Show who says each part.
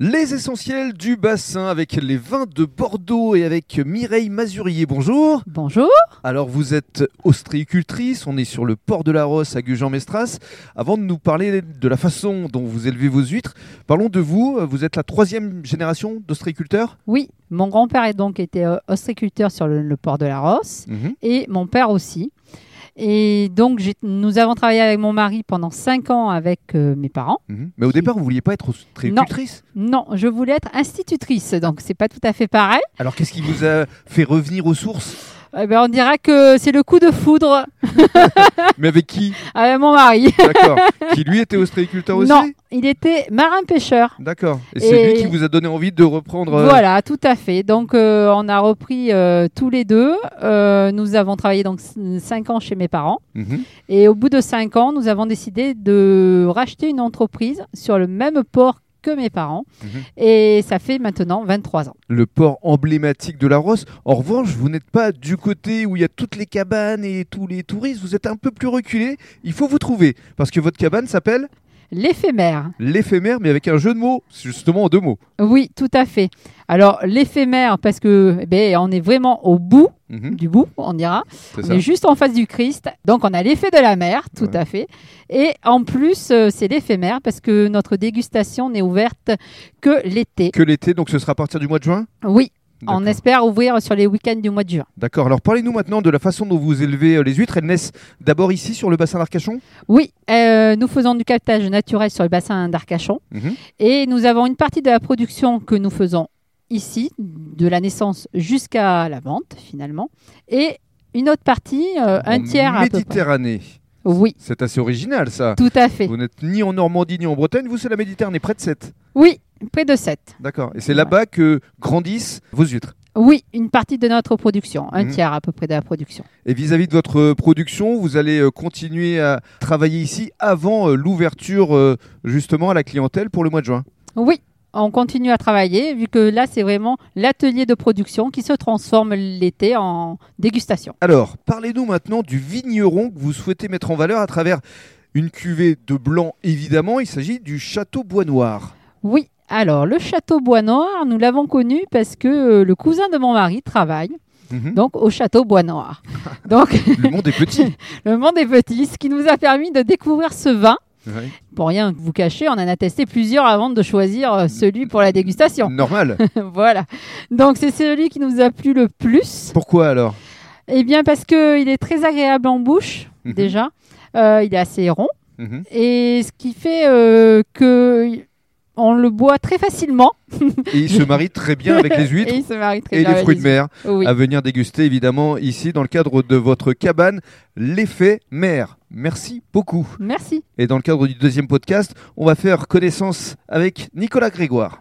Speaker 1: Les essentiels du bassin avec les vins de Bordeaux et avec Mireille Mazurier. Bonjour.
Speaker 2: Bonjour.
Speaker 1: Alors vous êtes ostréicultrice, on est sur le port de la Rosse à Gujan-Mestras. Avant de nous parler de la façon dont vous élevez vos huîtres, parlons de vous. Vous êtes la troisième génération d'ostréiculteurs
Speaker 2: Oui, mon grand-père est donc était euh, ostréiculteur sur le, le port de la Rosse
Speaker 1: Mhm.
Speaker 2: et mon père aussi. Et donc j'ai- nous avons travaillé avec mon mari pendant cinq ans avec euh, mes parents.
Speaker 1: Mhm. Mais au départ, vous vouliez pas être ostréicultrice
Speaker 2: Non, je voulais être institutrice, donc c'est pas tout à fait pareil.
Speaker 1: Alors qu'est-ce qui vous a fait revenir aux sources
Speaker 2: Eh ben, on dira que c'est le coup de foudre
Speaker 1: Mais avec qui
Speaker 2: avec mon mari.
Speaker 1: D'accord. Qui lui était ostréiculteur aussi
Speaker 2: Non, il était marin pêcheur.
Speaker 1: D'accord. Et c'est
Speaker 2: Et-
Speaker 1: lui qui vous a donné envie de reprendre. euh,
Speaker 2: Voilà, tout à fait. Donc, euh, on a repris euh, tous les deux. Euh, nous avons travaillé donc c- cinq ans chez mes parents.
Speaker 1: Mhm.
Speaker 2: Et au bout de cinq ans, nous avons décidé de racheter une entreprise sur le même port que mes parents.
Speaker 1: Mhm.
Speaker 2: Et ça fait maintenant 23 ans.
Speaker 1: le port emblématique de la Rosse. En revanche, vous n'êtes pas du côté où il y a toutes les cabanes et tous les touristes. Vous êtes un peu plus reculé. Il faut vous trouver parce que votre cabane s'appelle
Speaker 2: L'éphémère.
Speaker 1: l'éphémère, mais avec un jeu de mots, C'est justement en deux mots.
Speaker 2: Oui, tout à fait. Alors, l'éphémère, parce que eh ben, on est vraiment au bout
Speaker 1: Mhm,
Speaker 2: du bout, on dira.
Speaker 1: c'est
Speaker 2: On
Speaker 1: ça.
Speaker 2: est juste en face du Christ. Donc, on a l'effet de la mer, tout
Speaker 1: Ouais.
Speaker 2: à fait. Et en plus, euh, c'est l'éphémère parce que notre dégustation n'est ouverte que l'été.
Speaker 1: Que l'été, donc ce sera à partir du mois de juin.
Speaker 2: Oui, on
Speaker 1: D'accord.
Speaker 2: espère ouvrir sur les week-ends du mois de juin.
Speaker 1: D'accord. Alors parlez-nous maintenant de la façon dont vous élevez euh, les huîtres. Elles naissent d'abord ici sur le bassin d'Arcachon.
Speaker 2: Oui, euh, nous faisons du captage naturel sur le bassin d'Arcachon.
Speaker 1: Mhm.
Speaker 2: Et nous avons une partie de la production que nous faisons ici, de la naissance jusqu'à la vente, finalement. Et une autre partie, euh, un
Speaker 1: En
Speaker 2: tiers à peu près.
Speaker 1: Méditerranée.
Speaker 2: Oui,
Speaker 1: C'est assez original ça.
Speaker 2: tout à fait.
Speaker 1: Vous n'êtes ni en Normandie ni en Bretagne. Vous c'est la Méditerranée près de Sète.
Speaker 2: Oui, près de 7.
Speaker 1: D'accord. Et c'est là-bas que grandissent vos huîtres.
Speaker 2: Oui, une partie de notre production, un
Speaker 1: Mhm.
Speaker 2: tiers à peu près de la production.
Speaker 1: Et vis-à-vis de votre euh, production, vous allez euh, continuer à travailler ici avant euh, l'ouverture euh, justement à la clientèle pour le mois de juin.
Speaker 2: Oui, on continue à travailler vu que là c'est vraiment l'atelier de production qui se transforme l'été en dégustation.
Speaker 1: Alors, parlez-nous maintenant du vigneron que vous souhaitez mettre en valeur à travers une cuvée de blanc évidemment. Il s'agit du Château Bois Noir.
Speaker 2: Oui, alors le château Bois Noir, nous l'avons connu parce que euh, le cousin de mon mari travaille
Speaker 1: Mhm.
Speaker 2: donc au château Bois Noir. donc
Speaker 1: Le monde est petit.
Speaker 2: le monde est petit, ce qui nous a permis de découvrir ce vin.
Speaker 1: Ouais.
Speaker 2: Pour rien vous cacher, on en a testé plusieurs avant de choisir euh, celui pour la dégustation.
Speaker 1: Normal.
Speaker 2: voilà. Donc c'est celui qui nous a plu le plus.
Speaker 1: Pourquoi alors
Speaker 2: Eh bien, parce que il est très agréable en bouche,
Speaker 1: Mhm.
Speaker 2: déjà. Euh, il est assez rond.
Speaker 1: Mhm.
Speaker 2: Et ce qui fait euh, que on le boit très facilement.
Speaker 1: Et il se marie très bien avec les huîtres
Speaker 2: Et il se marie très
Speaker 1: et
Speaker 2: bien
Speaker 1: les
Speaker 2: avec
Speaker 1: fruits de mer.
Speaker 2: huîtres. Oui.
Speaker 1: à venir déguster évidemment ici dans le cadre de votre cabane l'effet mer. Merci beaucoup.
Speaker 2: Merci.
Speaker 1: Et dans le cadre du deuxième podcast, on va faire connaissance avec Nicolas Grégoire.